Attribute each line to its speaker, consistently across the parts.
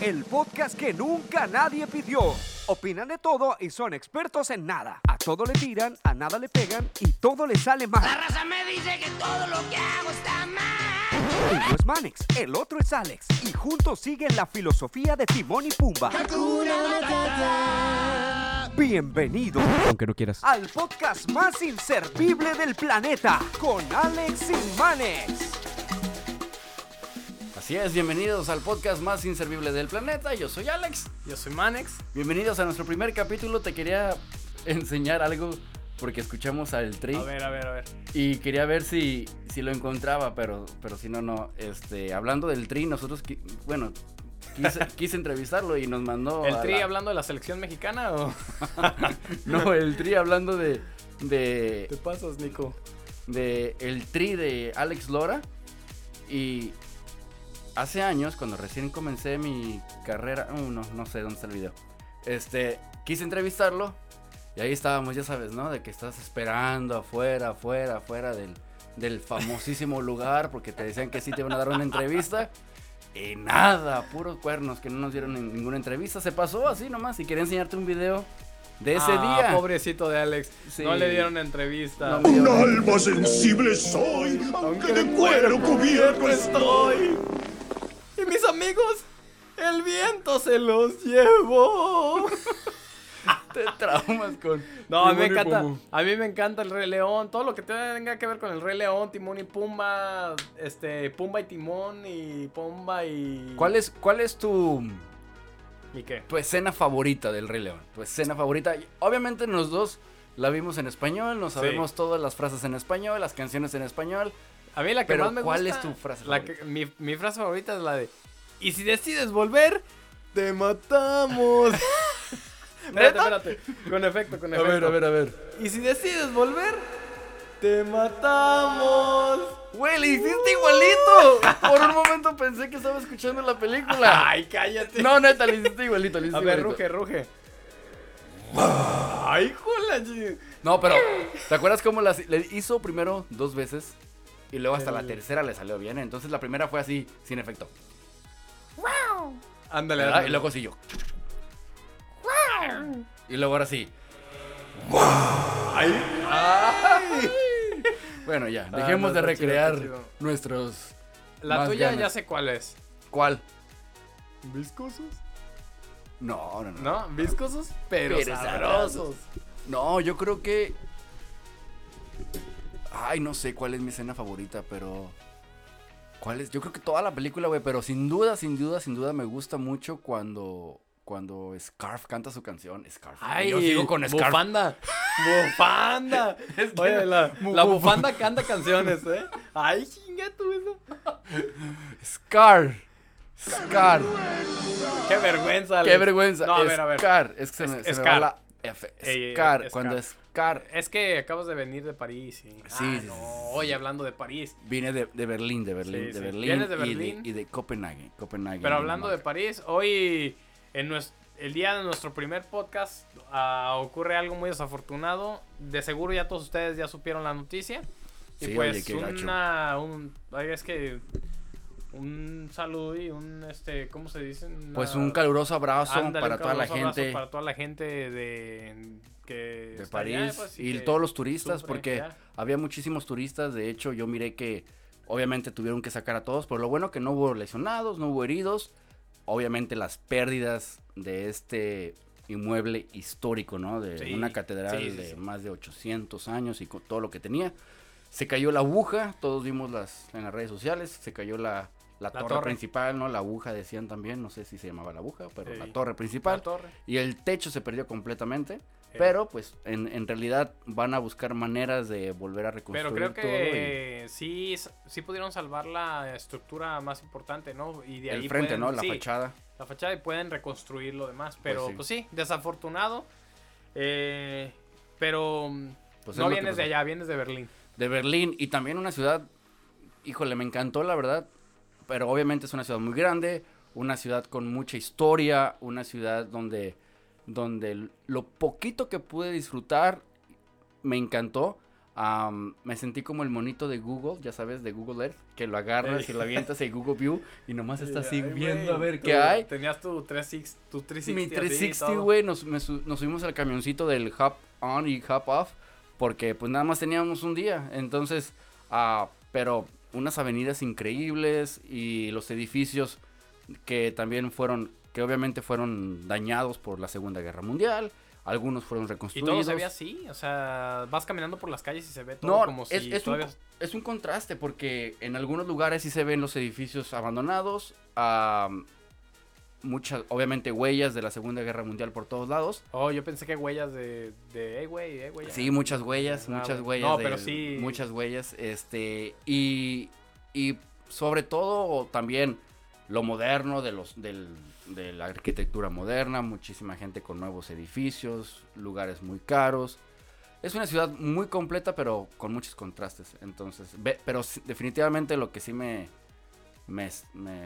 Speaker 1: El podcast que nunca nadie pidió. Opinan de todo y son expertos en nada. A todo le tiran, a nada le pegan y todo le sale
Speaker 2: La
Speaker 1: mal.
Speaker 2: raza me dice que todo lo que hago está mal.
Speaker 1: Uno es Manex, el otro es Alex y juntos siguen la filosofía de Timón y Pumba. Bienvenido
Speaker 3: Aunque no quieras.
Speaker 1: al podcast más inservible del planeta con Alex y Manex.
Speaker 4: Así es, bienvenidos al podcast más inservible del planeta. Yo soy Alex.
Speaker 5: Yo soy Manex.
Speaker 4: Bienvenidos a nuestro primer capítulo. Te quería enseñar algo porque escuchamos al Tri
Speaker 5: A ver, a ver, a ver.
Speaker 4: y quería ver si, si lo encontraba, pero, pero si no, no. Este, hablando del Tri, nosotros, qui- bueno, quise, quise entrevistarlo y nos mandó.
Speaker 5: ¿El
Speaker 4: a
Speaker 5: Tri
Speaker 4: la-
Speaker 5: hablando de la selección mexicana o
Speaker 4: No, el Tri hablando de, de,
Speaker 5: te pasas, Nico?
Speaker 4: de el Tri de Alex Lora y hace años, cuando recién comencé mi carrera, uh, no, no sé dónde está el video, este, quise entrevistarlo y ahí estábamos, ya sabes, ¿no? De que estás esperando afuera, afuera, afuera del, del famosísimo lugar porque te decían que sí te iban a dar una entrevista. Y nada, puros cuernos que no nos dieron en ninguna entrevista. Se pasó así nomás y quería enseñarte un video de ese
Speaker 5: Ah,
Speaker 4: día.
Speaker 5: Pobrecito de Alex.
Speaker 4: Sí.
Speaker 5: No le dieron entrevista.
Speaker 4: No me dieron-
Speaker 5: ¿eh?
Speaker 6: alma sensible soy, aunque de cuero cubierto estoy.
Speaker 5: Y mis amigos, el viento se los llevó.
Speaker 4: Te traumas con.
Speaker 5: No, a mí me
Speaker 4: Timón y
Speaker 5: encanta.
Speaker 4: Pumba.
Speaker 5: A mí me encanta el Rey León. Todo lo que tenga que ver con el Rey León, Timón y Pumba. Este, Pumba y Timón y Pumba y.
Speaker 4: ¿Cuál es, cuál es tu,
Speaker 5: ¿Y qué?
Speaker 4: tu escena favorita del Rey León? Tu escena favorita. Obviamente los dos la vimos en español, nos sabemos todas las frases en español, las canciones en español.
Speaker 5: A mí la que
Speaker 4: Pero,
Speaker 5: más me
Speaker 4: ¿cuál
Speaker 5: gusta.
Speaker 4: es tu frase
Speaker 5: la
Speaker 4: favorita?
Speaker 5: que- mi, mi frase favorita es la de. Y si decides volver, te matamos. espérate, espérate. Con efecto, con efecto.
Speaker 4: a ver.
Speaker 5: Y si decides volver, te matamos.
Speaker 4: Güey, le hiciste igualito. Por un momento pensé que estaba escuchando la película.
Speaker 5: Ay, cállate.
Speaker 4: No, neta, le hiciste igualito, le hiciste
Speaker 5: A ver,
Speaker 4: igualito.
Speaker 5: ruge, ruge.
Speaker 4: Ah,
Speaker 5: Ay, jola, chi-
Speaker 4: No, pero ¿te acuerdas cómo las le hizo primero dos veces? Y luego hasta la tercera le salió bien. Entonces la primera fue así, sin efecto.
Speaker 5: Ándale,
Speaker 4: ¿verdad?
Speaker 5: ándale.
Speaker 4: Y luego sí yo. Y luego ahora sí. Bueno, ya, dejemos
Speaker 5: Ah, no,
Speaker 4: de
Speaker 5: está chido,
Speaker 4: recrear
Speaker 5: está chido.
Speaker 4: nuestros.
Speaker 5: La
Speaker 4: más
Speaker 5: tuya
Speaker 4: ganas.
Speaker 5: ya sé cuál es.
Speaker 4: ¿Cuál?
Speaker 5: ¿Viscosos?
Speaker 4: No, no, no. No,
Speaker 5: ¿No? Viscosos, pero,
Speaker 4: Pero
Speaker 5: sabrosos.
Speaker 4: yo creo que. Ay, no sé cuál es mi escena favorita, pero. ¿Cuál es? Yo creo que toda la película, güey, pero sin duda, sin duda, sin duda me gusta mucho cuando. Cuando Scarf canta su canción. Scarf. yo sigo con Scarf.
Speaker 5: bufanda. Bufanda. Oye, la, la bufanda canta canciones, ¿eh? Ay, chinga tú eso.
Speaker 4: Scar. Scar.
Speaker 5: Qué vergüenza.
Speaker 4: Qué
Speaker 5: Alex.
Speaker 4: vergüenza.
Speaker 5: No, a ver, a ver.
Speaker 4: Scar. Es que se me,
Speaker 5: Es-
Speaker 4: se me
Speaker 5: Scar.
Speaker 4: va la F.
Speaker 5: Ey, ey,
Speaker 4: Scar.
Speaker 5: Scar.
Speaker 4: Cuando Scar
Speaker 5: Es que acabas de venir de París. Y...
Speaker 4: Sí,
Speaker 5: Ah,
Speaker 4: sí,
Speaker 5: no.
Speaker 4: sí,
Speaker 5: Oye, hablando de París.
Speaker 4: viene de, de Berlín, de Berlín,
Speaker 5: Sí,
Speaker 4: de
Speaker 5: sí.
Speaker 4: Berlín,
Speaker 5: Viene de Berlín.
Speaker 4: Y, de, y de Copenhague. Copenhague
Speaker 5: Pero hablando de
Speaker 4: Dinamarca.
Speaker 5: París, hoy, en nues- el día de nuestro primer podcast, ah, ocurre algo muy desafortunado. De seguro ya todos ustedes ya supieron la noticia. Y
Speaker 4: Sí,
Speaker 5: pues,
Speaker 4: oye, qué gacho.
Speaker 5: una. Un, ay, es que. Un saludo y un. este ¿Cómo se dice? Una-
Speaker 4: Pues un caluroso abrazo
Speaker 5: ándale,
Speaker 4: para
Speaker 5: un
Speaker 4: toda la
Speaker 5: caluroso abrazo
Speaker 4: gente
Speaker 5: Para toda la gente de. Que
Speaker 4: de
Speaker 5: está allá,
Speaker 4: París
Speaker 5: pues,
Speaker 4: y
Speaker 5: que
Speaker 4: todos los turistas,
Speaker 5: sufre,
Speaker 4: porque
Speaker 5: ya.
Speaker 4: había muchísimos turistas. De hecho, yo miré que obviamente tuvieron que sacar a todos, pero lo bueno que no hubo lesionados, no hubo heridos. Obviamente las pérdidas de este inmueble histórico, ¿no? De
Speaker 5: Sí,
Speaker 4: una catedral
Speaker 5: sí, sí,
Speaker 4: de
Speaker 5: sí.
Speaker 4: más de 800 años y con todo lo que tenía. Se cayó la aguja, todos vimos las en las redes sociales, se cayó la, la torre,
Speaker 5: torre.
Speaker 4: principal, ¿no? La aguja decían también, no sé si se llamaba la aguja, pero
Speaker 5: Sí.
Speaker 4: la torre
Speaker 5: La
Speaker 4: principal.
Speaker 5: torre.
Speaker 4: Y el techo se perdió completamente.
Speaker 5: Eh.
Speaker 4: Pero pues en, en realidad van a buscar maneras de volver a reconstruir
Speaker 5: Pero creo
Speaker 4: todo. y-
Speaker 5: que sí, sí pudieron salvar la estructura más importante, ¿no? Y de ahí
Speaker 4: el frente,
Speaker 5: pueden-
Speaker 4: ¿no? La
Speaker 5: sí,
Speaker 4: fachada.
Speaker 5: La fachada y pueden reconstruir lo demás. Pero pues sí,
Speaker 4: sí.
Speaker 5: desafortunado. Eh, pero mm,
Speaker 4: Pues es
Speaker 5: no
Speaker 4: lo que
Speaker 5: vienes de
Speaker 4: pasó.
Speaker 5: allá, vienes de Berlín.
Speaker 4: De Berlín. Y también una ciudad. Híjole, me encantó, la verdad. Pero obviamente es una ciudad muy grande. Una ciudad con mucha historia. Una ciudad donde. donde lo poquito que pude disfrutar. Me encantó. Am, me sentí como el monito de Google, ya sabes, de Google Earth, que lo agarras y lo avientas en Google View y nomás estás así
Speaker 5: Ay,
Speaker 4: viendo
Speaker 5: güey,
Speaker 4: a ver
Speaker 5: tú
Speaker 4: qué hay.
Speaker 5: Tenías tu 360, tu 360.
Speaker 4: Mi
Speaker 5: así y
Speaker 4: 360,
Speaker 5: todo.
Speaker 4: güey, nos, me su- nos subimos al camioncito del hop on y hop off porque pues nada más teníamos un día. Entonces, ah, pero unas avenidas increíbles y los edificios que también fueron, que obviamente fueron dañados por la Segunda Guerra Mundial. Algunos fueron
Speaker 5: Y
Speaker 4: reconstruidos.
Speaker 5: todo se ve así, o sea, vas caminando por las calles y se ve todo
Speaker 4: No,
Speaker 5: como
Speaker 4: es,
Speaker 5: si
Speaker 4: es un,
Speaker 5: todavía...
Speaker 4: es un contraste porque en algunos lugares sí se ven los edificios abandonados, am, muchas, obviamente huellas de la Segunda Guerra Mundial por todos lados.
Speaker 5: Oh, yo pensé que huellas de... de eh, güey, eh, güey.
Speaker 4: Sí, muchas huellas,
Speaker 5: Ah,
Speaker 4: muchas
Speaker 5: güey.
Speaker 4: huellas.
Speaker 5: No,
Speaker 4: de-
Speaker 5: pero sí-
Speaker 4: Muchas huellas, este, y, y sobre todo también lo moderno de, los, del- de la arquitectura moderna, muchísima gente con nuevos edificios, lugares muy caros. Es una ciudad muy completa, pero con muchos contrastes. Entonces, ve- pero sí- definitivamente lo que sí me... me, me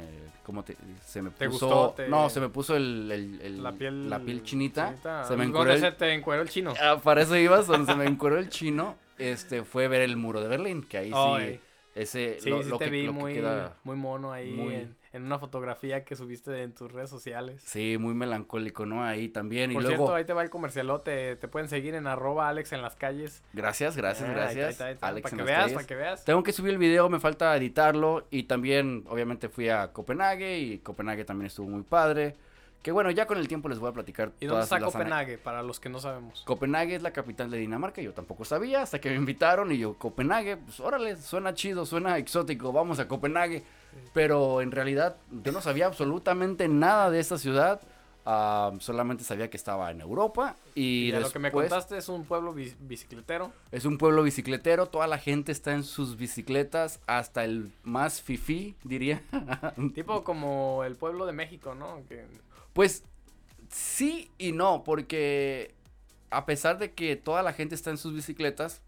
Speaker 4: ¿Cómo te, se me
Speaker 5: ¿Te
Speaker 4: puso?
Speaker 5: gustó? ¿Te-
Speaker 4: No, se me puso el, el- el-
Speaker 5: La piel...
Speaker 4: Mm, la piel chinita. Se me
Speaker 5: ¿Dónde
Speaker 4: encubrió el-
Speaker 5: se te encueró el chino?
Speaker 4: Ah, para eso ibas, donde se me encueró el chino, este, fue ver el muro de Berlín, que ahí sí,
Speaker 5: Ay.
Speaker 4: ese,
Speaker 5: Sí,
Speaker 4: lo,
Speaker 5: sí
Speaker 4: lo
Speaker 5: te
Speaker 4: que,
Speaker 5: vi
Speaker 4: lo que
Speaker 5: muy,
Speaker 4: queda,
Speaker 5: muy mono ahí
Speaker 4: muy-
Speaker 5: En, en una fotografía que subiste en tus redes sociales.
Speaker 4: sí, muy melancólico, ¿no? Ahí también,
Speaker 5: Por
Speaker 4: y luego,
Speaker 5: cierto, ahí te va el comercialote. Te pueden seguir en arroba Alex en las calles.
Speaker 4: gracias, gracias,
Speaker 5: Ah, ahí está,
Speaker 4: gracias,
Speaker 5: ahí está, ahí está.
Speaker 4: Alex
Speaker 5: Para
Speaker 4: en
Speaker 5: que
Speaker 4: las
Speaker 5: veas,
Speaker 4: calles.
Speaker 5: para que veas.
Speaker 4: Tengo que subir el video, me falta editarlo, y también, obviamente, fui a Copenhague, y Copenhague también estuvo muy padre, que bueno, ya con el tiempo les voy a platicar
Speaker 5: ¿Y dónde
Speaker 4: todas
Speaker 5: está
Speaker 4: las ane-
Speaker 5: Copenhague? Para los que no sabemos.
Speaker 4: Copenhague es la capital de Dinamarca, yo tampoco sabía, hasta que me invitaron y yo, Copenhague, pues órale, suena chido, suena exótico, vamos a Copenhague. Pero en realidad yo no sabía absolutamente nada de esta ciudad, ah, solamente sabía que estaba en Europa y,
Speaker 5: Y de lo
Speaker 4: después
Speaker 5: que me contaste es un pueblo bis- bicicletero.
Speaker 4: es un pueblo bicicletero, toda la gente está en sus bicicletas, hasta el más fifí, diría.
Speaker 5: Tipo como el pueblo de México, ¿no? Que-
Speaker 4: Pues sí y no, porque a pesar de que toda la gente está en sus bicicletas,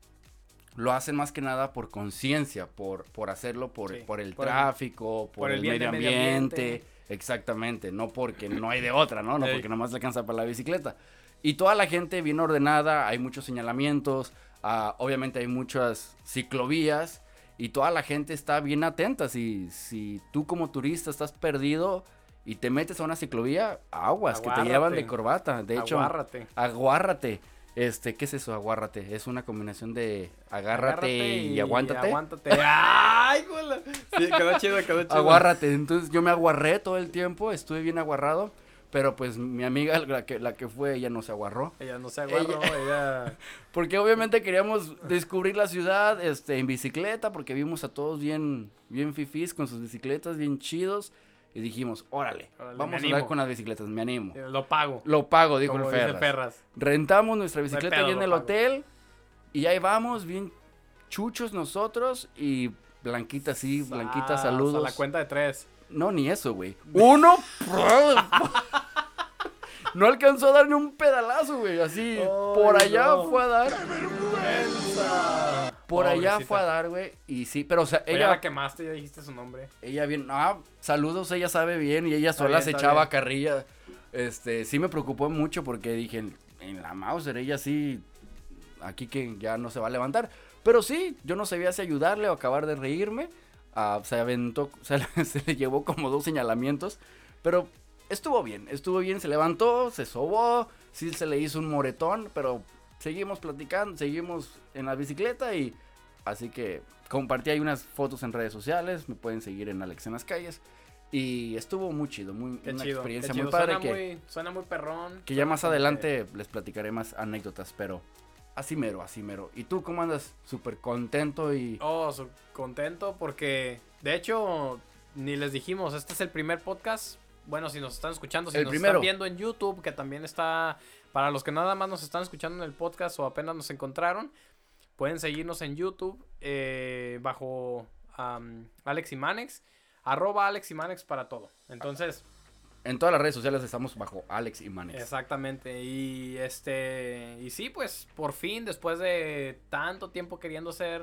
Speaker 4: lo hacen más que nada por conciencia, por, por hacerlo por,
Speaker 5: Sí,
Speaker 4: por el
Speaker 5: por el-
Speaker 4: tráfico, por,
Speaker 5: por el
Speaker 4: el,
Speaker 5: bien
Speaker 4: medio
Speaker 5: del medio
Speaker 4: ambiente.
Speaker 5: ambiente.
Speaker 4: Exactamente, no porque no hay de otra, ¿no? No
Speaker 5: Ey.
Speaker 4: porque nomás le alcanza para la bicicleta. Y toda la gente bien ordenada, hay muchos señalamientos, ah, obviamente hay muchas ciclovías y toda la gente está bien atenta. Si, si tú como turista estás perdido y te metes a una ciclovía, aguas, que
Speaker 5: Aguárrate.
Speaker 4: te llevan de corbata. De hecho,
Speaker 5: Aguárrate.
Speaker 4: aguárrate. Este, ¿qué es eso? Aguárrate. Es una combinación de agárrate, y, aguántate.
Speaker 5: aguántate. ¡Ay, güey! Sí, quedó chido, quedó chido.
Speaker 4: Aguárrate. Entonces yo me aguarré todo el tiempo, estuve bien aguarrado, pero pues mi amiga, la que, la que fue, ella no se aguarró.
Speaker 5: Ella no se aguarró, ella...
Speaker 4: Porque obviamente queríamos descubrir la ciudad este, en bicicleta, porque vimos a todos bien, bien fifís con sus bicicletas, bien chidos. Y dijimos, órale,
Speaker 5: Órale, me
Speaker 4: vamos a
Speaker 5: animo.
Speaker 4: andar con las bicicletas, me animo.
Speaker 5: eh, Lo pago.
Speaker 4: Lo pago, dijo el
Speaker 5: como dice
Speaker 4: Ferras.
Speaker 5: Ferras.
Speaker 4: Rentamos nuestra
Speaker 5: hay
Speaker 4: bicicleta
Speaker 5: pedo,
Speaker 4: ahí en
Speaker 5: lo
Speaker 4: el
Speaker 5: pago.
Speaker 4: hotel y ahí vamos, bien chuchos nosotros y Blanquita sí, Blanquita
Speaker 5: Ah,
Speaker 4: saludos.
Speaker 5: A la cuenta de tres.
Speaker 4: No, ni eso, güey. Uno.
Speaker 5: pues.
Speaker 4: no alcanzó a darle un pedalazo, güey. Así,
Speaker 5: Ay,
Speaker 4: por allá
Speaker 5: no.
Speaker 4: fue a dar. Por allá
Speaker 5: Pobrecita.
Speaker 4: fue a dar, güey. Y sí, pero o sea,
Speaker 5: Ella la
Speaker 4: ella,
Speaker 5: quemaste, ya dijiste su nombre.
Speaker 4: ella bien, ah, saludos, ella sabe bien y ella sola
Speaker 5: bien,
Speaker 4: se
Speaker 5: está
Speaker 4: echaba
Speaker 5: bien.
Speaker 4: carrilla. Este, sí me preocupó mucho porque dije, en- en la Mauser, ella sí, aquí que ya no se va a levantar. Pero sí, yo no sabía si ayudarle o acabar de reírme. Ah, se aventó, se le, se le llevó como dos señalamientos. Pero estuvo bien, estuvo bien, se levantó, se sobó, sí se le hizo un moretón, pero seguimos platicando, seguimos en la bicicleta y así que compartí ahí unas fotos en redes sociales, me pueden seguir en Alex en las calles y estuvo muy chido, muy
Speaker 5: Qué
Speaker 4: una
Speaker 5: chido. qué
Speaker 4: experiencia
Speaker 5: chido.
Speaker 4: muy padre
Speaker 5: suena,
Speaker 4: que,
Speaker 5: muy, suena muy perrón.
Speaker 4: que ya más
Speaker 5: Suena como que-
Speaker 4: adelante les platicaré más anécdotas, pero así mero, así mero. ¿Y tú cómo andas? Súper contento y
Speaker 5: Oh, su- contento porque, de hecho, ni les dijimos, este es el primer podcast. Bueno, si nos están escuchando, si
Speaker 4: El
Speaker 5: nos
Speaker 4: primero.
Speaker 5: están viendo en YouTube, que también está, para los que nada más nos están escuchando en el podcast o apenas nos encontraron, pueden seguirnos en YouTube eh, bajo am, Alex y Manex, arroba Alex y Manex para todo. Entonces,
Speaker 4: en todas las redes sociales estamos bajo Alex y Manex.
Speaker 5: Exactamente. Y este. Y sí, pues, por fin, después de tanto tiempo queriendo hacer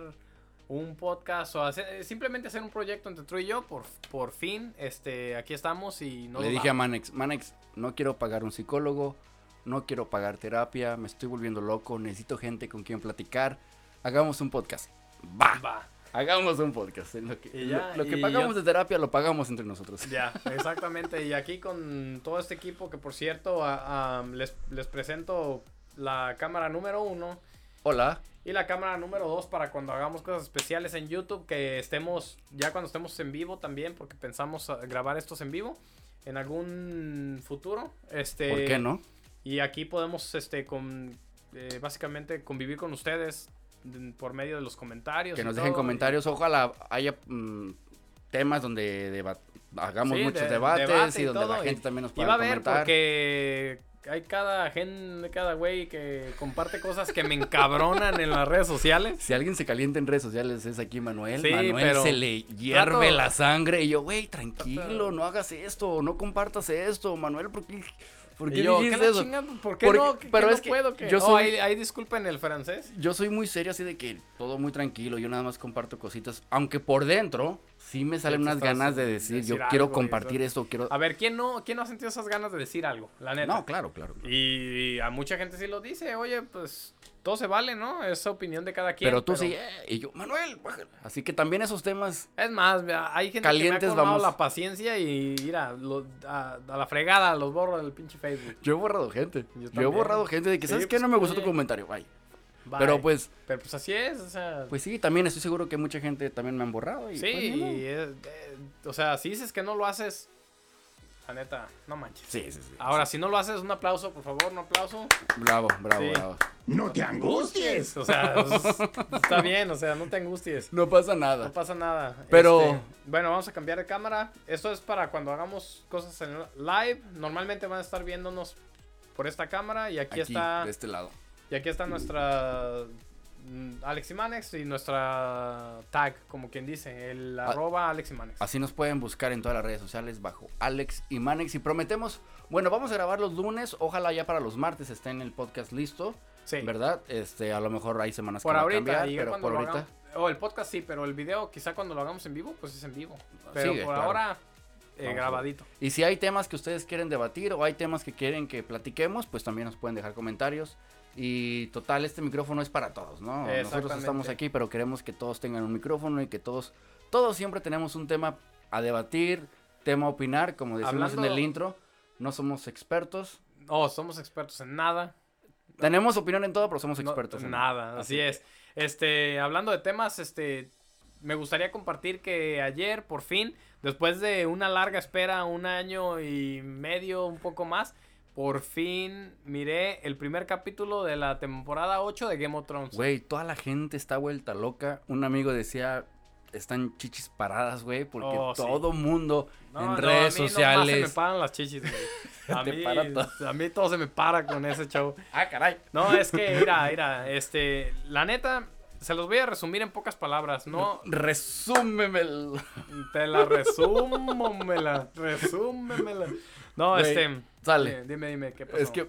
Speaker 5: un podcast o hacer- eh, simplemente hacer un proyecto entre tú y yo, por, por fin, este, aquí estamos y no
Speaker 4: Le
Speaker 5: lo
Speaker 4: dije a
Speaker 5: vamos.
Speaker 4: Manex, Manex, no quiero pagar un psicólogo, no quiero pagar terapia, me estoy volviendo loco, necesito gente con quien platicar. hagamos un podcast. Va.
Speaker 5: Va.
Speaker 4: Hagamos un podcast. Lo que,
Speaker 5: Y ya,
Speaker 4: lo- lo que
Speaker 5: y
Speaker 4: pagamos
Speaker 5: yo-
Speaker 4: de terapia lo pagamos entre nosotros.
Speaker 5: Ya, exactamente. Y aquí con todo este equipo que, por cierto, a- am, les, les presento la cámara número uno
Speaker 4: Hola.
Speaker 5: y la cámara número dos para cuando hagamos cosas especiales en YouTube, que estemos, ya cuando estemos en vivo también, porque pensamos ah, grabar estos en vivo en algún futuro. Este,
Speaker 4: ¿Por qué no?
Speaker 5: Y aquí podemos, este, con, eh, básicamente convivir con ustedes mm, por medio de los comentarios.
Speaker 4: Que
Speaker 5: y
Speaker 4: nos dejen
Speaker 5: todo, y-
Speaker 4: comentarios. Ojalá haya mm, temas donde deba- hagamos
Speaker 5: Sí,
Speaker 4: muchos
Speaker 5: de-
Speaker 4: debates
Speaker 5: debate
Speaker 4: y
Speaker 5: y
Speaker 4: donde la
Speaker 5: todo, y-
Speaker 4: gente también nos
Speaker 5: Y
Speaker 4: pueda
Speaker 5: va a haber
Speaker 4: comentar.
Speaker 5: porque hay cada gen, cada güey que comparte cosas que me encabronan en las redes sociales.
Speaker 4: Si alguien se calienta en redes sociales es aquí Manuel.
Speaker 5: Sí,
Speaker 4: Manuel
Speaker 5: pero
Speaker 4: se le hierve
Speaker 5: trato-
Speaker 4: la sangre. Y yo, güey, tranquilo, no hagas esto, no compartas esto, Manuel, ¿por qué, por
Speaker 5: Y
Speaker 4: qué
Speaker 5: yo,
Speaker 4: dijiste
Speaker 5: la
Speaker 4: eso?
Speaker 5: chinga? ¿Por qué
Speaker 4: Porque-
Speaker 5: no? ¿Qué-
Speaker 4: pero
Speaker 5: qué
Speaker 4: es
Speaker 5: no
Speaker 4: que
Speaker 5: puedo? ¿Qué?
Speaker 4: yo
Speaker 5: Oh,
Speaker 4: soy-
Speaker 5: ahí, ahí disculpen el francés.
Speaker 4: Yo soy muy serio, así de que todo muy tranquilo, yo nada más comparto cositas. Aunque por dentro sí me salen
Speaker 5: te
Speaker 4: unas
Speaker 5: estás-
Speaker 4: ganas de decir,
Speaker 5: decir
Speaker 4: yo quiero
Speaker 5: algo y
Speaker 4: compartir esto, quiero...
Speaker 5: A ver, ¿quién no, ¿quién no ha sentido esas ganas de decir algo? La neta.
Speaker 4: No, claro, claro. claro.
Speaker 5: Y, y a mucha gente sí lo dice, oye, pues todo se vale, ¿no? Es opinión de cada quien.
Speaker 4: Pero tú sí, eh, y yo, Manuel, bájale". Así que también esos temas
Speaker 5: Es más, vea, hay gente que
Speaker 4: Calientes,
Speaker 5: me ha colmado
Speaker 4: vamos.
Speaker 5: la paciencia y mira, lo- a, a la fregada los borro del pinche Facebook.
Speaker 4: Yo he borrado gente.
Speaker 5: Yo
Speaker 4: Yo, he
Speaker 5: también.
Speaker 4: borrado gente de que,
Speaker 5: Sí,
Speaker 4: ¿sabes qué?
Speaker 5: pues,
Speaker 4: No me gustó
Speaker 5: oye.
Speaker 4: tu comentario. Bye.
Speaker 5: Bye.
Speaker 4: Pero pues,
Speaker 5: Pero pues así es, o sea.
Speaker 4: pues sí, también estoy seguro que mucha gente también me han borrado. Y,
Speaker 5: sí,
Speaker 4: pues, ni modo.
Speaker 5: y es- eh, o sea, si dices que no lo haces, la neta, no manches.
Speaker 4: sí, sí, sí.
Speaker 5: Ahora, si no lo haces, un aplauso, por favor, un aplauso.
Speaker 4: Bravo, bravo,
Speaker 5: Sí.
Speaker 4: bravo.
Speaker 6: No te angusties.
Speaker 5: O sea, es- está bien, o sea, no te angusties.
Speaker 4: No pasa
Speaker 5: No
Speaker 4: nada.
Speaker 5: pasa nada.
Speaker 4: Pero-
Speaker 5: Este, bueno, vamos a cambiar de cámara. Esto es para cuando hagamos cosas en live. Normalmente van a estar viéndonos por esta cámara y aquí, está.
Speaker 4: de este lado.
Speaker 5: Y aquí está nuestra mm, Alex Imanex y nuestra tag, como quien dice, el
Speaker 4: Ah.
Speaker 5: arroba Alex Imanex.
Speaker 4: Así nos pueden buscar en todas las redes sociales bajo Alex y Manex. Y prometemos, bueno, vamos a grabar los lunes. Ojalá ya para los martes esté en el podcast listo.
Speaker 5: Sí.
Speaker 4: ¿Verdad? Este, a lo mejor hay semanas
Speaker 5: Por
Speaker 4: que va a
Speaker 5: ahorita,
Speaker 4: cambiar,
Speaker 5: y ya
Speaker 4: pero
Speaker 5: cuando
Speaker 4: por
Speaker 5: lo
Speaker 4: ahorita.
Speaker 5: hagamos- o el podcast sí, pero el video quizá cuando lo hagamos en vivo, pues es en vivo. Pero
Speaker 4: Sigue,
Speaker 5: por
Speaker 4: claro.
Speaker 5: ahora, eh,
Speaker 4: Vamos a ver.
Speaker 5: grabadito.
Speaker 4: Y si hay temas que ustedes quieren debatir o hay temas que quieren que platiquemos, pues también nos pueden dejar comentarios. Y total, este micrófono es para todos, ¿no? Nosotros
Speaker 5: Exactamente.
Speaker 4: estamos aquí, pero queremos que todos tengan un micrófono y que todos, todos siempre tenemos un tema a debatir, tema a opinar, como decimos en
Speaker 5: Hablando-
Speaker 4: el intro, no somos expertos.
Speaker 5: No, somos expertos en nada.
Speaker 4: Tenemos opinión en todo, pero somos
Speaker 5: No,
Speaker 4: expertos en
Speaker 5: nada, así es. Este, hablando de temas, este, me gustaría compartir que ayer, por fin, después de una larga espera, un año y medio, un poco más, por fin miré el primer capítulo de la temporada 8 de Game of Thrones.
Speaker 4: Güey, toda la gente está vuelta loca. Un amigo decía, están chichis paradas, güey, porque
Speaker 5: Oh, sí.
Speaker 4: todo mundo
Speaker 5: No,
Speaker 4: en
Speaker 5: no, a
Speaker 4: redes
Speaker 5: mí nomás Se me
Speaker 4: sociales.
Speaker 5: paran las chichis, güey. A
Speaker 4: Te
Speaker 5: mí,
Speaker 4: para todo.
Speaker 5: a mí todo se me para con ese show.
Speaker 4: Ah, caray.
Speaker 5: No, es que, mira, mira, este, la neta, se los voy a resumir en pocas palabras. No,
Speaker 4: Resúmeme el...
Speaker 5: Te la resumo, me la resúmemela. No,
Speaker 4: Güey,
Speaker 5: este.
Speaker 4: sale.
Speaker 5: eh, Dime, dime, ¿qué pasó?
Speaker 4: Es que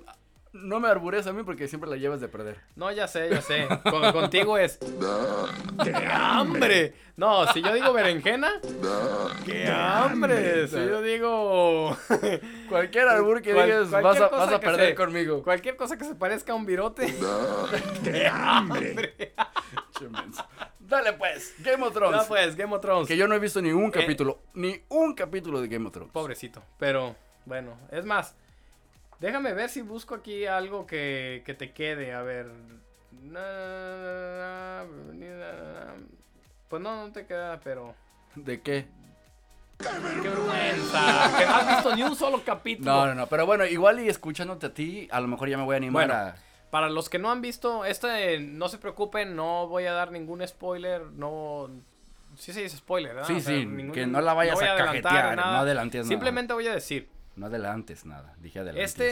Speaker 4: no me arbures a mí porque siempre la llevas de perder.
Speaker 5: No, ya sé, ya sé. Con- contigo es.
Speaker 6: ¡Qué hambre!
Speaker 5: ¡Hambre! No, si yo digo berenjena. ¡Qué hambre! Si yo digo.
Speaker 4: Cualquier arbur que
Speaker 5: Cual-
Speaker 4: digas vas
Speaker 5: cualquier
Speaker 4: a,
Speaker 5: cosa
Speaker 4: vas a
Speaker 5: que
Speaker 4: perder
Speaker 5: se-
Speaker 4: conmigo.
Speaker 5: Cualquier cosa que se parezca a un virote.
Speaker 6: ¡Qué hambre!
Speaker 4: Che, menso. Dale pues, Game of Thrones.
Speaker 5: No, pues, Game of Thrones.
Speaker 4: Que yo no he visto ni un
Speaker 5: Eh.
Speaker 4: capítulo, ni un capítulo de Game of Thrones.
Speaker 5: Pobrecito. Pero, bueno, es más. Déjame ver si busco aquí algo que, que te quede. A ver. Na- Pues no, no te queda, pero.
Speaker 4: ¿De qué?
Speaker 5: ¡Qué vergüenza! que no has visto ni un solo capítulo.
Speaker 4: No, no, no. Pero bueno, igual y escuchándote a ti, a lo mejor ya me voy a animar
Speaker 5: Bueno.
Speaker 4: a...
Speaker 5: Para los que no han visto, este, no se preocupen, no voy a dar ningún spoiler. No. Sí, sí, es spoiler, ¿verdad?
Speaker 4: Sí,
Speaker 5: O sea,
Speaker 4: sí,
Speaker 5: ningún-
Speaker 4: que no la vayas
Speaker 5: voy
Speaker 4: a
Speaker 5: adelantar
Speaker 4: cajetear,
Speaker 5: nada.
Speaker 4: no adelantes nada.
Speaker 5: Simplemente voy a decir:
Speaker 4: No adelantes nada, dije adelantes.
Speaker 5: Este.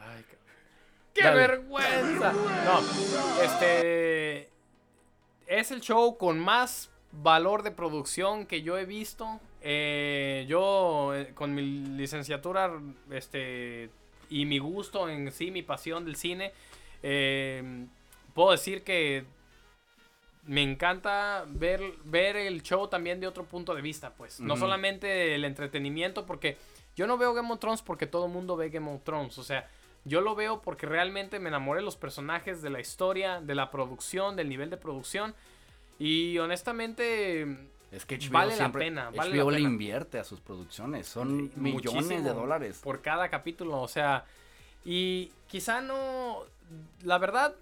Speaker 5: Ay, cabrón. ¡Qué
Speaker 4: Dale.
Speaker 5: vergüenza! No, este. Es el show con más valor de producción que yo he visto. Eh, yo, eh, con mi licenciatura este, y mi gusto en sí, mi pasión del cine, eh, puedo decir que me encanta ver, ver el show también de otro punto de vista, pues. No
Speaker 4: Ujú.
Speaker 5: solamente el entretenimiento, porque yo no veo Game of Thrones porque todo el mundo ve Game of Thrones. O sea, Yo lo veo porque realmente me enamoré de los personajes, de la historia, de la producción, del nivel de producción. Y honestamente,
Speaker 4: Es que HBO
Speaker 5: Vale la
Speaker 4: siempre-
Speaker 5: pena, vale
Speaker 4: HBO le
Speaker 5: la pena.
Speaker 4: invierte a sus producciones. Son millones
Speaker 5: muchísimo
Speaker 4: de dólares.
Speaker 5: Por cada capítulo, o sea. Y quizá no. La verdad,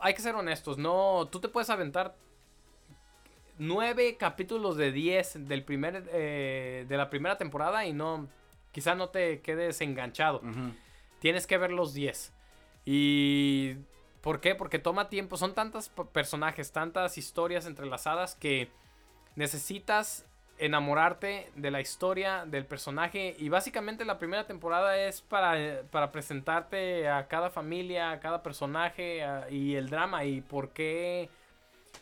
Speaker 5: hay que ser honestos, no. Tú te puedes aventar nueve capítulos de 10 del primer, eh, de la primera temporada y no. Quizá no te quedes enganchado.
Speaker 4: Ujú.
Speaker 5: Tienes que ver los 10. ¿Y por qué? Porque toma tiempo. Son tantos p- personajes, tantas historias entrelazadas que necesitas enamorarte de la historia, del personaje. Y básicamente la primera temporada es para, para presentarte a cada familia, a cada personaje a- y el drama. Y por qué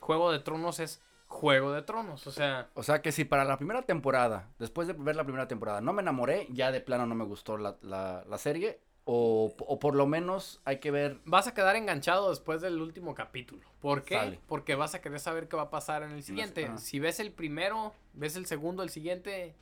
Speaker 5: Juego de Tronos es Juego de Tronos. O sea,
Speaker 4: O sea que si para la primera temporada, después de ver la primera temporada, no me enamoré, ya de plano no me gustó la, la- la serie. O, o por lo menos hay que ver.
Speaker 5: vas a quedar enganchado después del último capítulo. ¿Por qué?
Speaker 4: Sale.
Speaker 5: Porque vas a querer saber qué va a pasar en el siguiente.
Speaker 4: ajá.
Speaker 5: Si ves el primero, ves el segundo, el siguiente,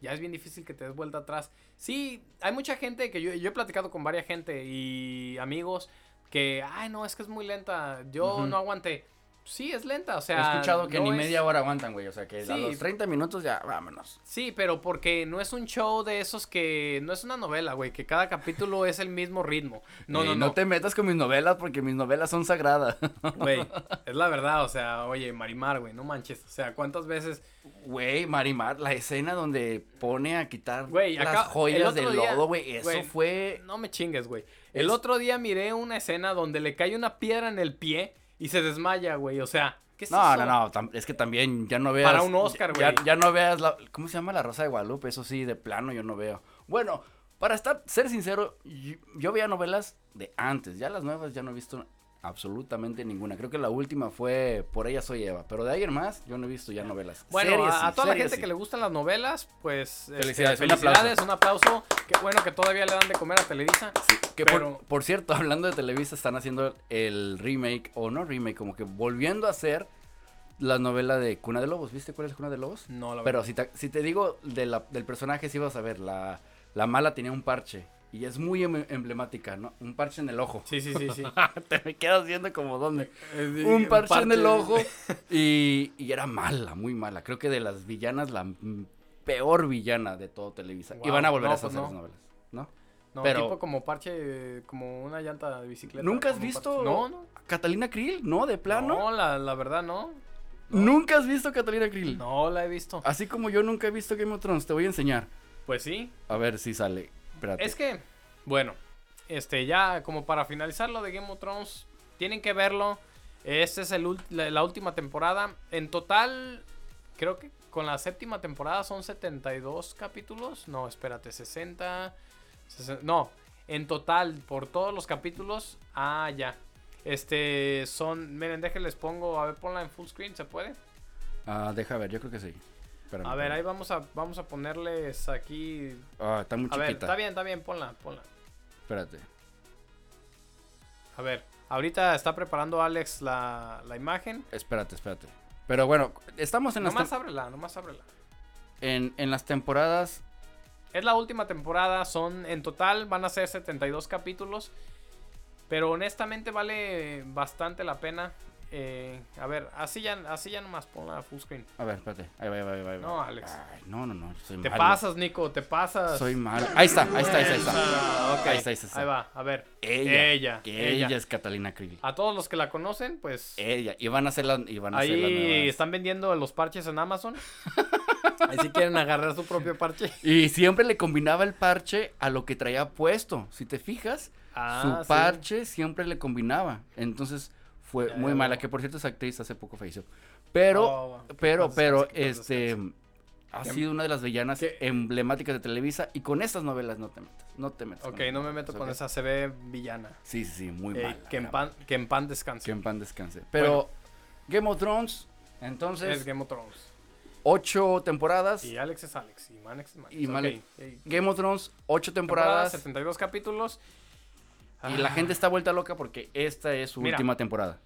Speaker 5: ya es bien difícil que te des vuelta atrás. Sí, hay mucha gente que yo, yo he platicado con varias gente y amigos que, ay, no, es que es muy lenta, yo
Speaker 4: Ujú.
Speaker 5: no aguanté. Sí, es lenta, o sea.
Speaker 4: He escuchado que
Speaker 5: no
Speaker 4: ni
Speaker 5: es-
Speaker 4: media hora aguantan, güey. O sea que a
Speaker 5: Sí.
Speaker 4: los 30 minutos ya vámonos.
Speaker 5: Sí, pero porque no es un show de esos que. No es una novela, güey, que cada capítulo es el mismo ritmo. No,
Speaker 4: Eh,
Speaker 5: no, no.
Speaker 4: te metas con mis novelas porque mis novelas son sagradas.
Speaker 5: Güey, es la verdad, o sea, oye, Marimar, güey, no manches. O sea, ¿cuántas veces?
Speaker 4: Güey, Marimar, la escena donde pone a quitar
Speaker 5: Güey,
Speaker 4: las
Speaker 5: acá- el
Speaker 4: joyas
Speaker 5: otro
Speaker 4: del
Speaker 5: día-
Speaker 4: lodo, güey. Eso
Speaker 5: güey,
Speaker 4: fue.
Speaker 5: No me chingues, güey. El
Speaker 4: Es-
Speaker 5: otro día miré una escena donde le cae una piedra en el pie y se desmaya, güey. O sea, ¿qué es
Speaker 4: No, no,
Speaker 5: eso?
Speaker 4: no, tam- es que también ya no veas.
Speaker 5: Para un Oscar,
Speaker 4: ya-
Speaker 5: güey.
Speaker 4: Ya, no veas la- ¿Cómo se llama la Rosa de Guadalupe? Eso sí, de plano yo no veo. Bueno, para estar, ser sincero, yo, yo veía novelas de antes. Ya las nuevas ya no he visto absolutamente ninguna. Creo que la última fue Por ella soy Eva. Pero de ahí en más, yo no he visto ya novelas.
Speaker 5: Bueno,
Speaker 4: Series
Speaker 5: a, a
Speaker 4: sí,
Speaker 5: toda la
Speaker 4: series
Speaker 5: gente
Speaker 4: sí.
Speaker 5: que le gustan las novelas, pues este,
Speaker 4: Felicidades, un
Speaker 5: felicidades, un aplauso. Qué bueno que todavía le dan de comer a Televisa.
Speaker 4: Que
Speaker 5: pero-
Speaker 4: por, por cierto, hablando de Televisa, están haciendo el remake, o no remake, como que volviendo a hacer la novela de Cuna de Lobos. ¿Viste cuál es Cuna de Lobos?
Speaker 5: No, la
Speaker 4: Pero si te, si te digo de la- del personaje, sí vas a ver. La, la mala tenía un parche. Y es muy em- emblemática, ¿no? Un parche en el ojo.
Speaker 5: Sí, sí, sí, Eh, sí.
Speaker 4: Te me quedas viendo como dónde.
Speaker 5: un
Speaker 4: Un parche, en el ojo. Y, y era mala, muy mala. Creo que de las villanas, la mm, peor villana de todo Televisa. y
Speaker 5: Wow,
Speaker 4: van a volver
Speaker 5: no,
Speaker 4: a hacer
Speaker 5: pues no.
Speaker 4: las novelas, ¿no?
Speaker 5: No,
Speaker 4: pero-
Speaker 5: tipo como parche, como una llanta de bicicleta.
Speaker 4: ¿Nunca has
Speaker 5: como
Speaker 4: visto
Speaker 5: parche. No, no.
Speaker 4: Catalina Krill? No, de plano.
Speaker 5: No, la, la verdad, no.
Speaker 4: ¿Nunca has visto Catalina Krill?
Speaker 5: No la he visto.
Speaker 4: Así como yo nunca he visto Game of Thrones, te voy a enseñar.
Speaker 5: Pues sí,
Speaker 4: A ver si sale. Espérate.
Speaker 5: Es que, bueno, este ya como para finalizar lo de Game of Thrones, tienen que verlo. Esta es el ult- la, la última temporada. En total, creo que con la séptima temporada son 72 capítulos. No, espérate, 60. 60 no, en total, por todos los capítulos. Ah, ya. Este son. Miren, déjenles pongo. A ver, ponla en full screen, ¿se puede?
Speaker 4: Ah, deja ver, yo creo que sí. Espérame,
Speaker 5: A ver,
Speaker 4: espérame.
Speaker 5: ahí vamos a, vamos a ponerles aquí.
Speaker 4: Ah, está muy
Speaker 5: A
Speaker 4: chiquita.
Speaker 5: ver, está bien, está bien, ponla, ponla.
Speaker 4: Espérate.
Speaker 5: A ver, ahorita está preparando Alex la, la imagen.
Speaker 4: Espérate, espérate. Pero bueno, estamos en las,
Speaker 5: Nomás
Speaker 4: tem-
Speaker 5: ábrela, nomás ábrela.
Speaker 4: en, en las temporadas.
Speaker 5: Es la última temporada, son en total van a ser 72 capítulos. Pero honestamente vale bastante la pena. Eh, a ver, así ya, así ya nomás ponla full screen.
Speaker 4: A ver, espérate. Ahí va, ahí va, ahí va, ahí va.
Speaker 5: No, Alex.
Speaker 4: Ay, no, no, no. Soy
Speaker 5: Te
Speaker 4: malo.
Speaker 5: pasas, Nico, te pasas.
Speaker 4: Soy malo. Ahí está, ahí está, ahí está. Ahí está.
Speaker 5: Ok,
Speaker 4: Ahí está, ahí está, ahí está.
Speaker 5: Ahí va, a ver.
Speaker 4: Ella.
Speaker 5: Ella,
Speaker 4: que
Speaker 5: ella. Ah,
Speaker 4: ella. es Catalina Krill.
Speaker 5: A todos los que la conocen, pues
Speaker 4: Ella. Y van a hacer la. Y van a hacer la nueva-
Speaker 5: ahí están vendiendo los parches en Amazon. Ahí si quieren agarrar su propio parche.
Speaker 4: Y siempre le combinaba el parche a lo que traía puesto. Si te fijas,
Speaker 5: Ah,
Speaker 4: su
Speaker 5: sí.
Speaker 4: parche siempre le combinaba. Entonces fue
Speaker 5: Ya,
Speaker 4: muy
Speaker 5: ya
Speaker 4: mala,
Speaker 5: veo.
Speaker 4: que por cierto es actriz, hace poco falleció. Pero,
Speaker 5: Oh,
Speaker 4: pero,
Speaker 5: paz
Speaker 4: pero,
Speaker 5: descanse, paz
Speaker 4: este, ha
Speaker 5: Em,
Speaker 4: sido una de las villanas
Speaker 5: que-
Speaker 4: emblemáticas de Televisa y con estas novelas no te metas, no te metas.
Speaker 5: Ok,
Speaker 4: con
Speaker 5: no
Speaker 4: estas
Speaker 5: me meto
Speaker 4: novelas,
Speaker 5: con
Speaker 4: ¿ok?
Speaker 5: esa, se ve villana.
Speaker 4: Sí, sí, sí, muy
Speaker 5: Eh,
Speaker 4: mala.
Speaker 5: que, en
Speaker 4: gran-
Speaker 5: pan, que en pan descanse.
Speaker 4: que en pan descanse. Pero Game of Thrones, entonces,
Speaker 5: es Game of Thrones.
Speaker 4: ocho temporadas.
Speaker 5: Y Alex es Alex. Y Manex es Manex.
Speaker 4: Y
Speaker 5: ok.
Speaker 4: Manex.
Speaker 5: Eh,
Speaker 4: Game of Thrones, ocho
Speaker 5: Temporada,
Speaker 4: temporadas.
Speaker 5: 72 capítulos.
Speaker 4: Y la
Speaker 5: Ah,
Speaker 4: gente está vuelta loca porque esta es su
Speaker 5: Mira.
Speaker 4: última temporada.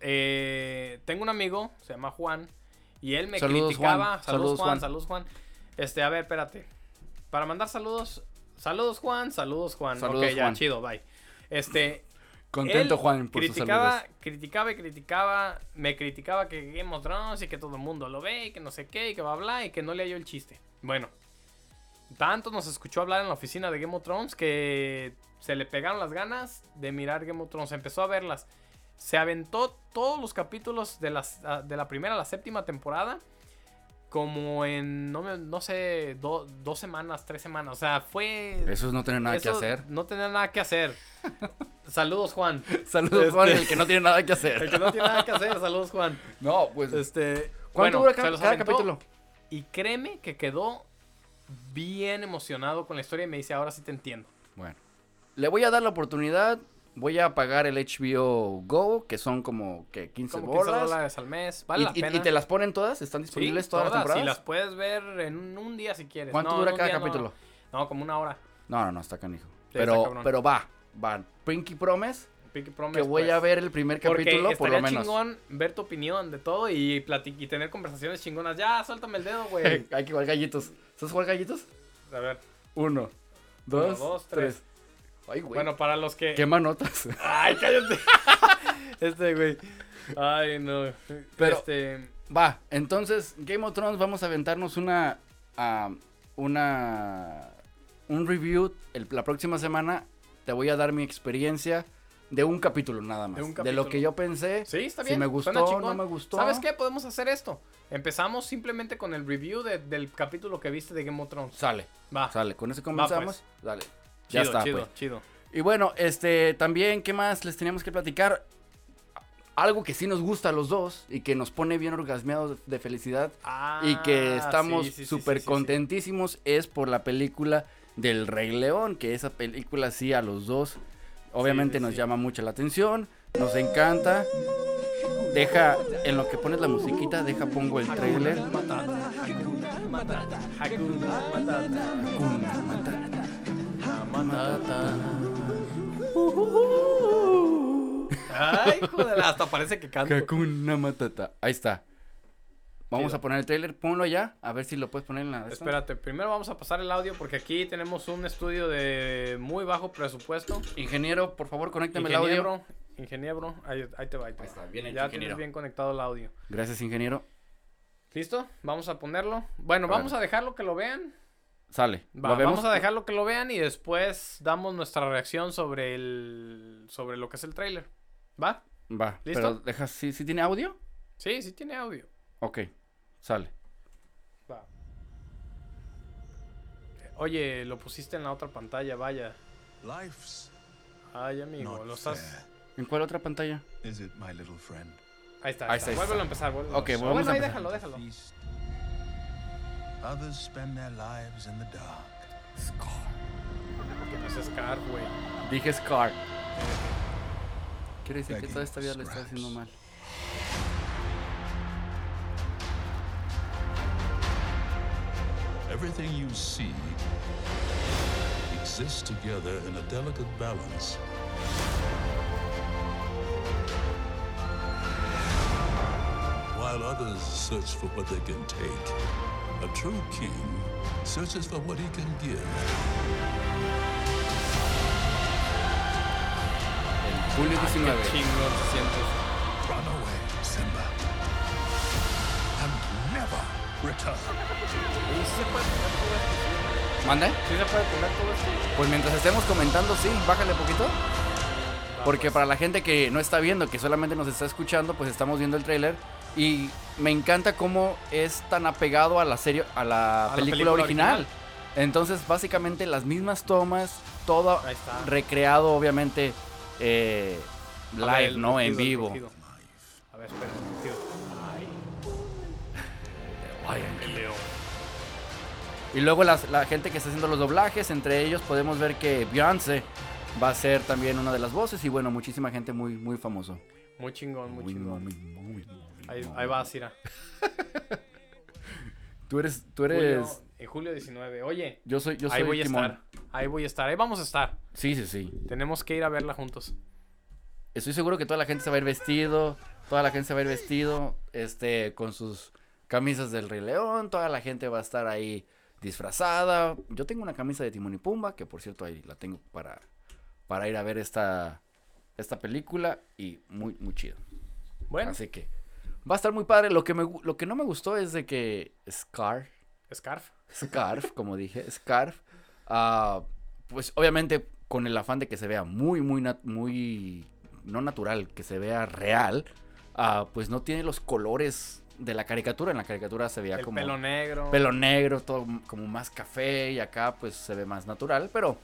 Speaker 5: eh, tengo un amigo, se llama Juan. Y él me
Speaker 4: Saludos,
Speaker 5: criticaba.
Speaker 4: Juan.
Speaker 5: Saludos,
Speaker 4: Saludos,
Speaker 5: Juan,
Speaker 4: Juan.
Speaker 5: Saludos, Juan. Este, a ver, espérate. Para mandar saludos, Saludos, Juan. Saludos, Juan.
Speaker 4: Saludos,
Speaker 5: ok, ya,
Speaker 4: Juan.
Speaker 5: chido, bye. Este.
Speaker 4: Contento,
Speaker 5: él
Speaker 4: Juan, por sus
Speaker 5: criticaba,
Speaker 4: saludos.
Speaker 5: criticaba y criticaba. Me criticaba que Game of Thrones y que todo el mundo lo ve y que no sé qué y que va a hablar y que no le halló el chiste. Bueno, tanto nos escuchó hablar en la oficina de Game of Thrones que se le pegaron las ganas de mirar Game of Thrones. Empezó a verlas. Se aventó todos los capítulos de, las, ah, de la primera a la séptima temporada. Como en, no, me- no sé, do- dos semanas, tres semanas. O sea, fue...
Speaker 4: Eso es no tener nada que
Speaker 5: eso
Speaker 4: hacer.
Speaker 5: No tenía nada que hacer. Saludos, Juan.
Speaker 4: Saludos, Juan,
Speaker 5: Este-
Speaker 4: el que no tiene nada que
Speaker 5: El que
Speaker 4: hacer.
Speaker 5: no tiene nada que hacer, saludos, Juan.
Speaker 4: No, pues.
Speaker 5: Este,
Speaker 4: ¿Cuánto
Speaker 5: bueno,
Speaker 4: dura
Speaker 5: se
Speaker 4: cada,
Speaker 5: los
Speaker 4: cada
Speaker 5: aventó
Speaker 4: capítulo?
Speaker 5: Y créeme que quedó bien emocionado con la historia y me dice, ahora sí te entiendo.
Speaker 4: Bueno. Le voy a dar la oportunidad. Voy a pagar el HBO Go, que son como que 15
Speaker 5: Como 15
Speaker 4: bolas.
Speaker 5: dólares al mes, vale
Speaker 4: y,
Speaker 5: la
Speaker 4: y- y
Speaker 5: pena.
Speaker 4: te las ponen todas, están
Speaker 5: Sí,
Speaker 4: disponibles todas, las temporadas.
Speaker 5: Y las puedes ver en un, un día si quieres.
Speaker 4: ¿Cuánto
Speaker 5: No, en
Speaker 4: dura
Speaker 5: un
Speaker 4: cada
Speaker 5: día no.
Speaker 4: capítulo?
Speaker 5: No, como una hora.
Speaker 4: No, no, no, está canijo.
Speaker 5: está
Speaker 4: Pero,
Speaker 5: cabrón.
Speaker 4: pero va, va. Pinky Promise,
Speaker 5: Pinky Promise,
Speaker 4: que voy
Speaker 5: pues.
Speaker 4: a ver el primer
Speaker 5: Porque
Speaker 4: capítulo, por lo
Speaker 5: estaría
Speaker 4: menos.
Speaker 5: chingón ver tu opinión de todo y, plati- y tener conversaciones chingonas. Ya, suéltame el dedo, güey.
Speaker 4: Hay que jugar gallitos. ¿Sabes jugar gallitos?
Speaker 5: A ver.
Speaker 4: Uno, dos,
Speaker 5: dos,
Speaker 4: tres. Ay, güey.
Speaker 5: Bueno, para los que...
Speaker 4: quema notas.
Speaker 5: Ay, cállate. este güey. Ay, no.
Speaker 4: Pero-
Speaker 5: Este.
Speaker 4: Va, entonces, Game of Thrones, vamos a aventarnos una. ah, una. Un review el- la próxima semana. Te voy a dar mi experiencia de un capítulo nada más.
Speaker 5: De
Speaker 4: De,
Speaker 5: un
Speaker 4: lo
Speaker 5: capítulo.
Speaker 4: que yo pensé.
Speaker 5: Sí, está
Speaker 4: si
Speaker 5: bien.
Speaker 4: me
Speaker 5: suena
Speaker 4: gustó,
Speaker 5: chingón.
Speaker 4: no me gustó.
Speaker 5: ¿Sabes qué? Podemos hacer esto. Empezamos simplemente con el review de- del capítulo que viste de Game of Thrones.
Speaker 4: Sale,
Speaker 5: Ah. Va. pues.
Speaker 4: sale. Con eso comenzamos. Dale. ya
Speaker 5: Chido,
Speaker 4: está.
Speaker 5: chido,
Speaker 4: pues.
Speaker 5: chido.
Speaker 4: Y bueno, este, también, ¿qué más les teníamos que platicar? Algo que sí nos gusta a los dos y que nos pone bien orgasmeados de- de felicidad y que
Speaker 5: Ah,
Speaker 4: estamos
Speaker 5: sí, sí, sí,
Speaker 4: súper
Speaker 5: sí, sí, sí.
Speaker 4: contentísimos es por la película del Rey León, que esa película sí a los dos obviamente
Speaker 5: Sí, sí,
Speaker 4: nos
Speaker 5: sí.
Speaker 4: llama mucho la atención, nos encanta. Deja, en lo que pones la musiquita, deja pongo el trailer.
Speaker 5: Hakuna Matata. Ay, joder, hasta parece que canto.
Speaker 4: Hakuna Matata. Ahí está. Vamos
Speaker 5: Chido.
Speaker 4: a poner el trailer, ponlo ya, a ver si lo puedes poner en la...
Speaker 5: Espérate, primero vamos a pasar el audio porque aquí tenemos un estudio de muy bajo presupuesto.
Speaker 4: Ingeniero, por favor, conéctame el
Speaker 5: Ingeniero,
Speaker 4: audio.
Speaker 5: ingeniero, ahí, ahí te va, ahí te
Speaker 4: Ahí
Speaker 5: va.
Speaker 4: está, bien hecho,
Speaker 5: ya
Speaker 4: ingeniero.
Speaker 5: tienes bien conectado el audio.
Speaker 4: Gracias, ingeniero.
Speaker 5: ¿Listo? Vamos a ponerlo. Bueno,
Speaker 4: A
Speaker 5: vamos
Speaker 4: ver.
Speaker 5: a dejarlo que lo vean.
Speaker 4: Sale.
Speaker 5: Va,
Speaker 4: ¿Lo vemos?
Speaker 5: vamos a dejarlo que lo vean y después damos nuestra reacción sobre el sobre lo que es el tráiler. ¿Va?
Speaker 4: Va,
Speaker 5: ¿Listo?
Speaker 4: pero deja, ¿sí, ¿sí tiene audio?
Speaker 5: Sí, sí tiene audio.
Speaker 4: Ok, sale.
Speaker 5: Va. Oye, lo pusiste en la otra pantalla, vaya.
Speaker 3: Life's
Speaker 5: Ay, amigo,
Speaker 3: not
Speaker 4: pues,
Speaker 5: lo estás
Speaker 3: fair,
Speaker 4: ¿En cuál otra pantalla?
Speaker 3: is it, my little friend?
Speaker 5: Ahí está,
Speaker 4: Ahí está,
Speaker 5: ahí está.
Speaker 4: ahí
Speaker 5: Vuélvelo
Speaker 4: está.
Speaker 5: a empezar, vuélvelo.
Speaker 4: Ok,
Speaker 5: a empezar.
Speaker 4: volvemos
Speaker 5: Bueno,
Speaker 4: a
Speaker 5: ahí
Speaker 4: empezar.
Speaker 5: déjalo, déjalo.
Speaker 3: Feast. Others spend their lives in the dark.
Speaker 5: Que no es Scar, güey.
Speaker 4: Dije Scar. Quiere decir que
Speaker 3: Begging
Speaker 4: toda esta vida le está
Speaker 3: scraps.
Speaker 4: haciendo mal.
Speaker 3: Everything you see exists together in a delicate balance. While others search for what they can take, a true king searches for what he can give.
Speaker 5: Ah,
Speaker 4: Julio 19.
Speaker 5: Chingón te sientes.
Speaker 3: Run away, Simba. And never return.
Speaker 5: ¿Y sí se puede poner todo esto?
Speaker 4: ¿Manda?
Speaker 5: ¿Sí se puede poner todo esto?
Speaker 4: Pues mientras estemos comentando, sí, bájale poquito. Porque para la gente que no está viendo, que solamente nos está escuchando, pues estamos viendo el tráiler. Y me encanta cómo es tan apegado a la serie, a la,
Speaker 5: A la
Speaker 4: película,
Speaker 5: película
Speaker 4: original.
Speaker 5: original.
Speaker 4: Entonces, básicamente las mismas tomas, todo
Speaker 5: Ahí está.
Speaker 4: recreado, obviamente, eh, live,
Speaker 5: A ver, el
Speaker 4: ¿no? en
Speaker 5: rugido, el
Speaker 4: vivo.
Speaker 5: rugido. A ver, espera, el rugido.
Speaker 4: Y luego las- la gente que está haciendo los doblajes, entre ellos podemos ver que Beyoncé va a ser también una de las voces y bueno, muchísima gente muy, muy famoso.
Speaker 5: Muy chingón, muy
Speaker 4: Muy,
Speaker 5: chingón.
Speaker 4: muy, muy, muy,
Speaker 5: Ahí,
Speaker 4: muy.
Speaker 5: ahí va, Cira.
Speaker 4: Tú eres, tú eres,
Speaker 5: Julio, en julio 19. Oye,
Speaker 4: yo soy, yo soy
Speaker 5: ahí voy
Speaker 4: Timón.
Speaker 5: a estar. Ahí voy a estar. Ahí vamos a estar.
Speaker 4: Sí, sí, sí.
Speaker 5: Tenemos que ir a verla juntos.
Speaker 4: Estoy seguro que toda la gente se va a ir vestido, toda la gente se va a ir vestido, este, con sus camisas del Rey León, toda la gente va a estar ahí disfrazada. Yo tengo una camisa de Timón y Pumba, que por cierto ahí la tengo para, para ir a ver esta, esta película y muy, muy chido.
Speaker 5: Bueno,
Speaker 4: Así que va a estar muy padre. Lo que, me, gu- lo que no me gustó es de que Scar,
Speaker 5: Scarf.
Speaker 4: Scarf, como dije, Scarf, ah, pues obviamente con el afán de que se vea muy, muy, nat- muy, no natural, que se vea real, ah, pues no tiene los colores de la caricatura. En la caricatura se veía
Speaker 5: El
Speaker 4: como
Speaker 5: pelo negro.
Speaker 4: pelo negro, todo m- como más café y acá pues se ve más natural, pero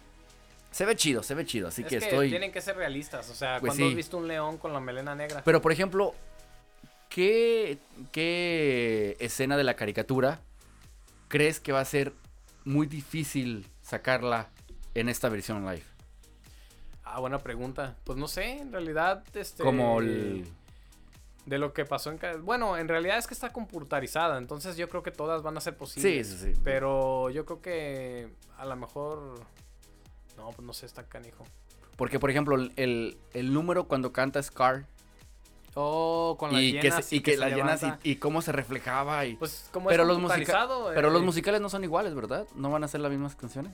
Speaker 4: se ve chido, se ve chido, así
Speaker 5: es
Speaker 4: que,
Speaker 5: que,
Speaker 4: estoy...
Speaker 5: tienen que ser realistas. O sea,
Speaker 4: Pues
Speaker 5: cuando
Speaker 4: sí.
Speaker 5: has visto un león con la melena negra.
Speaker 4: Pero por ejemplo, ¿qué, ¿qué escena de la caricatura crees que va a ser muy difícil sacarla en esta versión live?
Speaker 5: Ah, buena pregunta. Pues no sé, en realidad, este.
Speaker 4: Como el...
Speaker 5: De lo que pasó en. ca- Bueno, en realidad es que está computarizada. Entonces yo creo que todas van a ser
Speaker 4: Sí,
Speaker 5: posibles.
Speaker 4: sí, sí.
Speaker 5: Pero yo creo que a lo mejor. No, pues no sé, está canijo.
Speaker 4: Porque por ejemplo, el, el número cuando canta Scar
Speaker 5: Oh, con la
Speaker 4: y
Speaker 5: llena.
Speaker 4: que, se-
Speaker 5: sí,
Speaker 4: y que la
Speaker 5: se
Speaker 4: llena
Speaker 5: levanta.
Speaker 4: y, y cómo se reflejaba y...
Speaker 5: Pues como
Speaker 4: pero
Speaker 5: es
Speaker 4: los, musica-
Speaker 5: computarizado,
Speaker 4: pero
Speaker 5: eh,
Speaker 4: los musicales no son iguales, ¿verdad? ¿No van a ser las mismas canciones?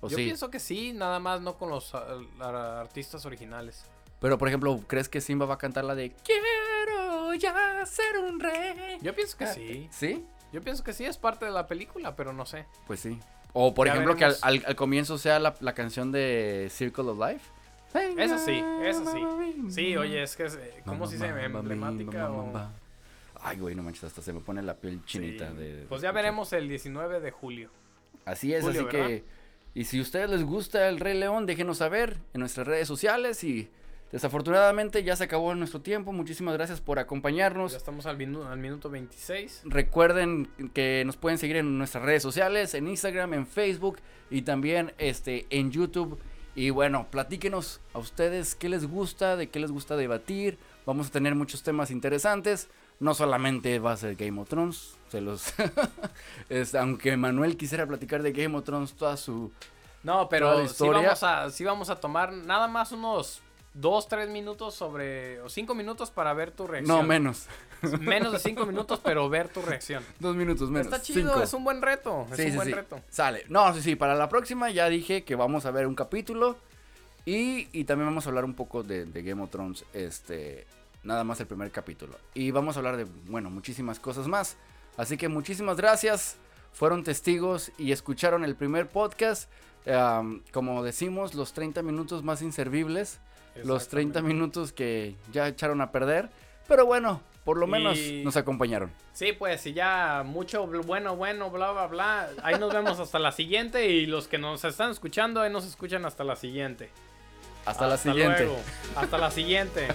Speaker 4: ¿O pues
Speaker 5: Yo
Speaker 4: sí?
Speaker 5: pienso que sí, nada más no con los ah, ah, artistas originales.
Speaker 4: Pero, por ejemplo, ¿crees que Simba va a cantar la de Quiero ya ser un rey?
Speaker 5: Yo pienso que sí.
Speaker 4: ¿Sí?
Speaker 5: Yo pienso que sí, es parte de la película, pero no sé.
Speaker 4: Pues sí. O, por
Speaker 5: Ya
Speaker 4: ejemplo,
Speaker 5: veremos.
Speaker 4: que al, al- al comienzo sea la, la canción de Circle of Life.
Speaker 5: Esa sí, esa sí. Sí, oye, es que es, eh, ¿cómo se dice? Emblemática o...
Speaker 4: Ay, güey, no manches, hasta se me pone la piel chinita.
Speaker 5: Sí.
Speaker 4: de-
Speaker 5: Pues ya veremos el 19 de julio.
Speaker 4: Así es,
Speaker 5: Julio,
Speaker 4: así que. Y si a ustedes les gusta el Rey León, déjenos saber en nuestras redes sociales. Y desafortunadamente ya se acabó nuestro tiempo. Muchísimas gracias por acompañarnos.
Speaker 5: Ya estamos al, minu- al minuto 26.
Speaker 4: Recuerden que nos pueden seguir en nuestras redes sociales, en Instagram, en Facebook y también este, en YouTube. Y bueno, platíquenos a ustedes qué les gusta, de qué les gusta debatir. Vamos a tener muchos temas interesantes. No solamente va a ser Game of Thrones, se los... es- aunque Manuel quisiera platicar de Game of Thrones toda su...
Speaker 5: No,
Speaker 4: Toda la
Speaker 5: pero sí
Speaker 4: historia.
Speaker 5: vamos, a, sí vamos a tomar nada más unos 2, 3 minutos sobre... o 5 minutos para ver tu reacción.
Speaker 4: No, menos.
Speaker 5: Menos de 5 minutos, pero ver tu reacción.
Speaker 4: Dos minutos menos.
Speaker 5: Está chido,
Speaker 4: cinco.
Speaker 5: es un buen reto. Es
Speaker 4: Sí,
Speaker 5: un
Speaker 4: sí,
Speaker 5: buen
Speaker 4: sí.
Speaker 5: reto.
Speaker 4: Sale. No, sí, sí. Para la próxima ya dije que vamos a ver un capítulo. Y, y también vamos a hablar un poco de, de Game of Thrones. Este. Nada más el primer capítulo. Y vamos a hablar de, bueno, muchísimas cosas más. Así que muchísimas gracias. Fueron testigos y escucharon el primer podcast. Am, como decimos, los 30 minutos más inservibles. Los 30 minutos que ya echaron a perder. Pero bueno, por lo menos
Speaker 5: Y-
Speaker 4: nos acompañaron.
Speaker 5: Sí, pues y ya mucho bl- bueno, bueno, bla, bla, bla. Ahí nos vemos hasta la siguiente y los que nos están escuchando, ahí nos escuchan hasta la siguiente.
Speaker 4: Hasta, la siguiente.
Speaker 5: luego. Hasta la siguiente.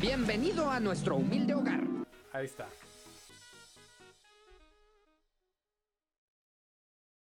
Speaker 2: Bienvenido a nuestro humilde hogar.
Speaker 5: Ahí está.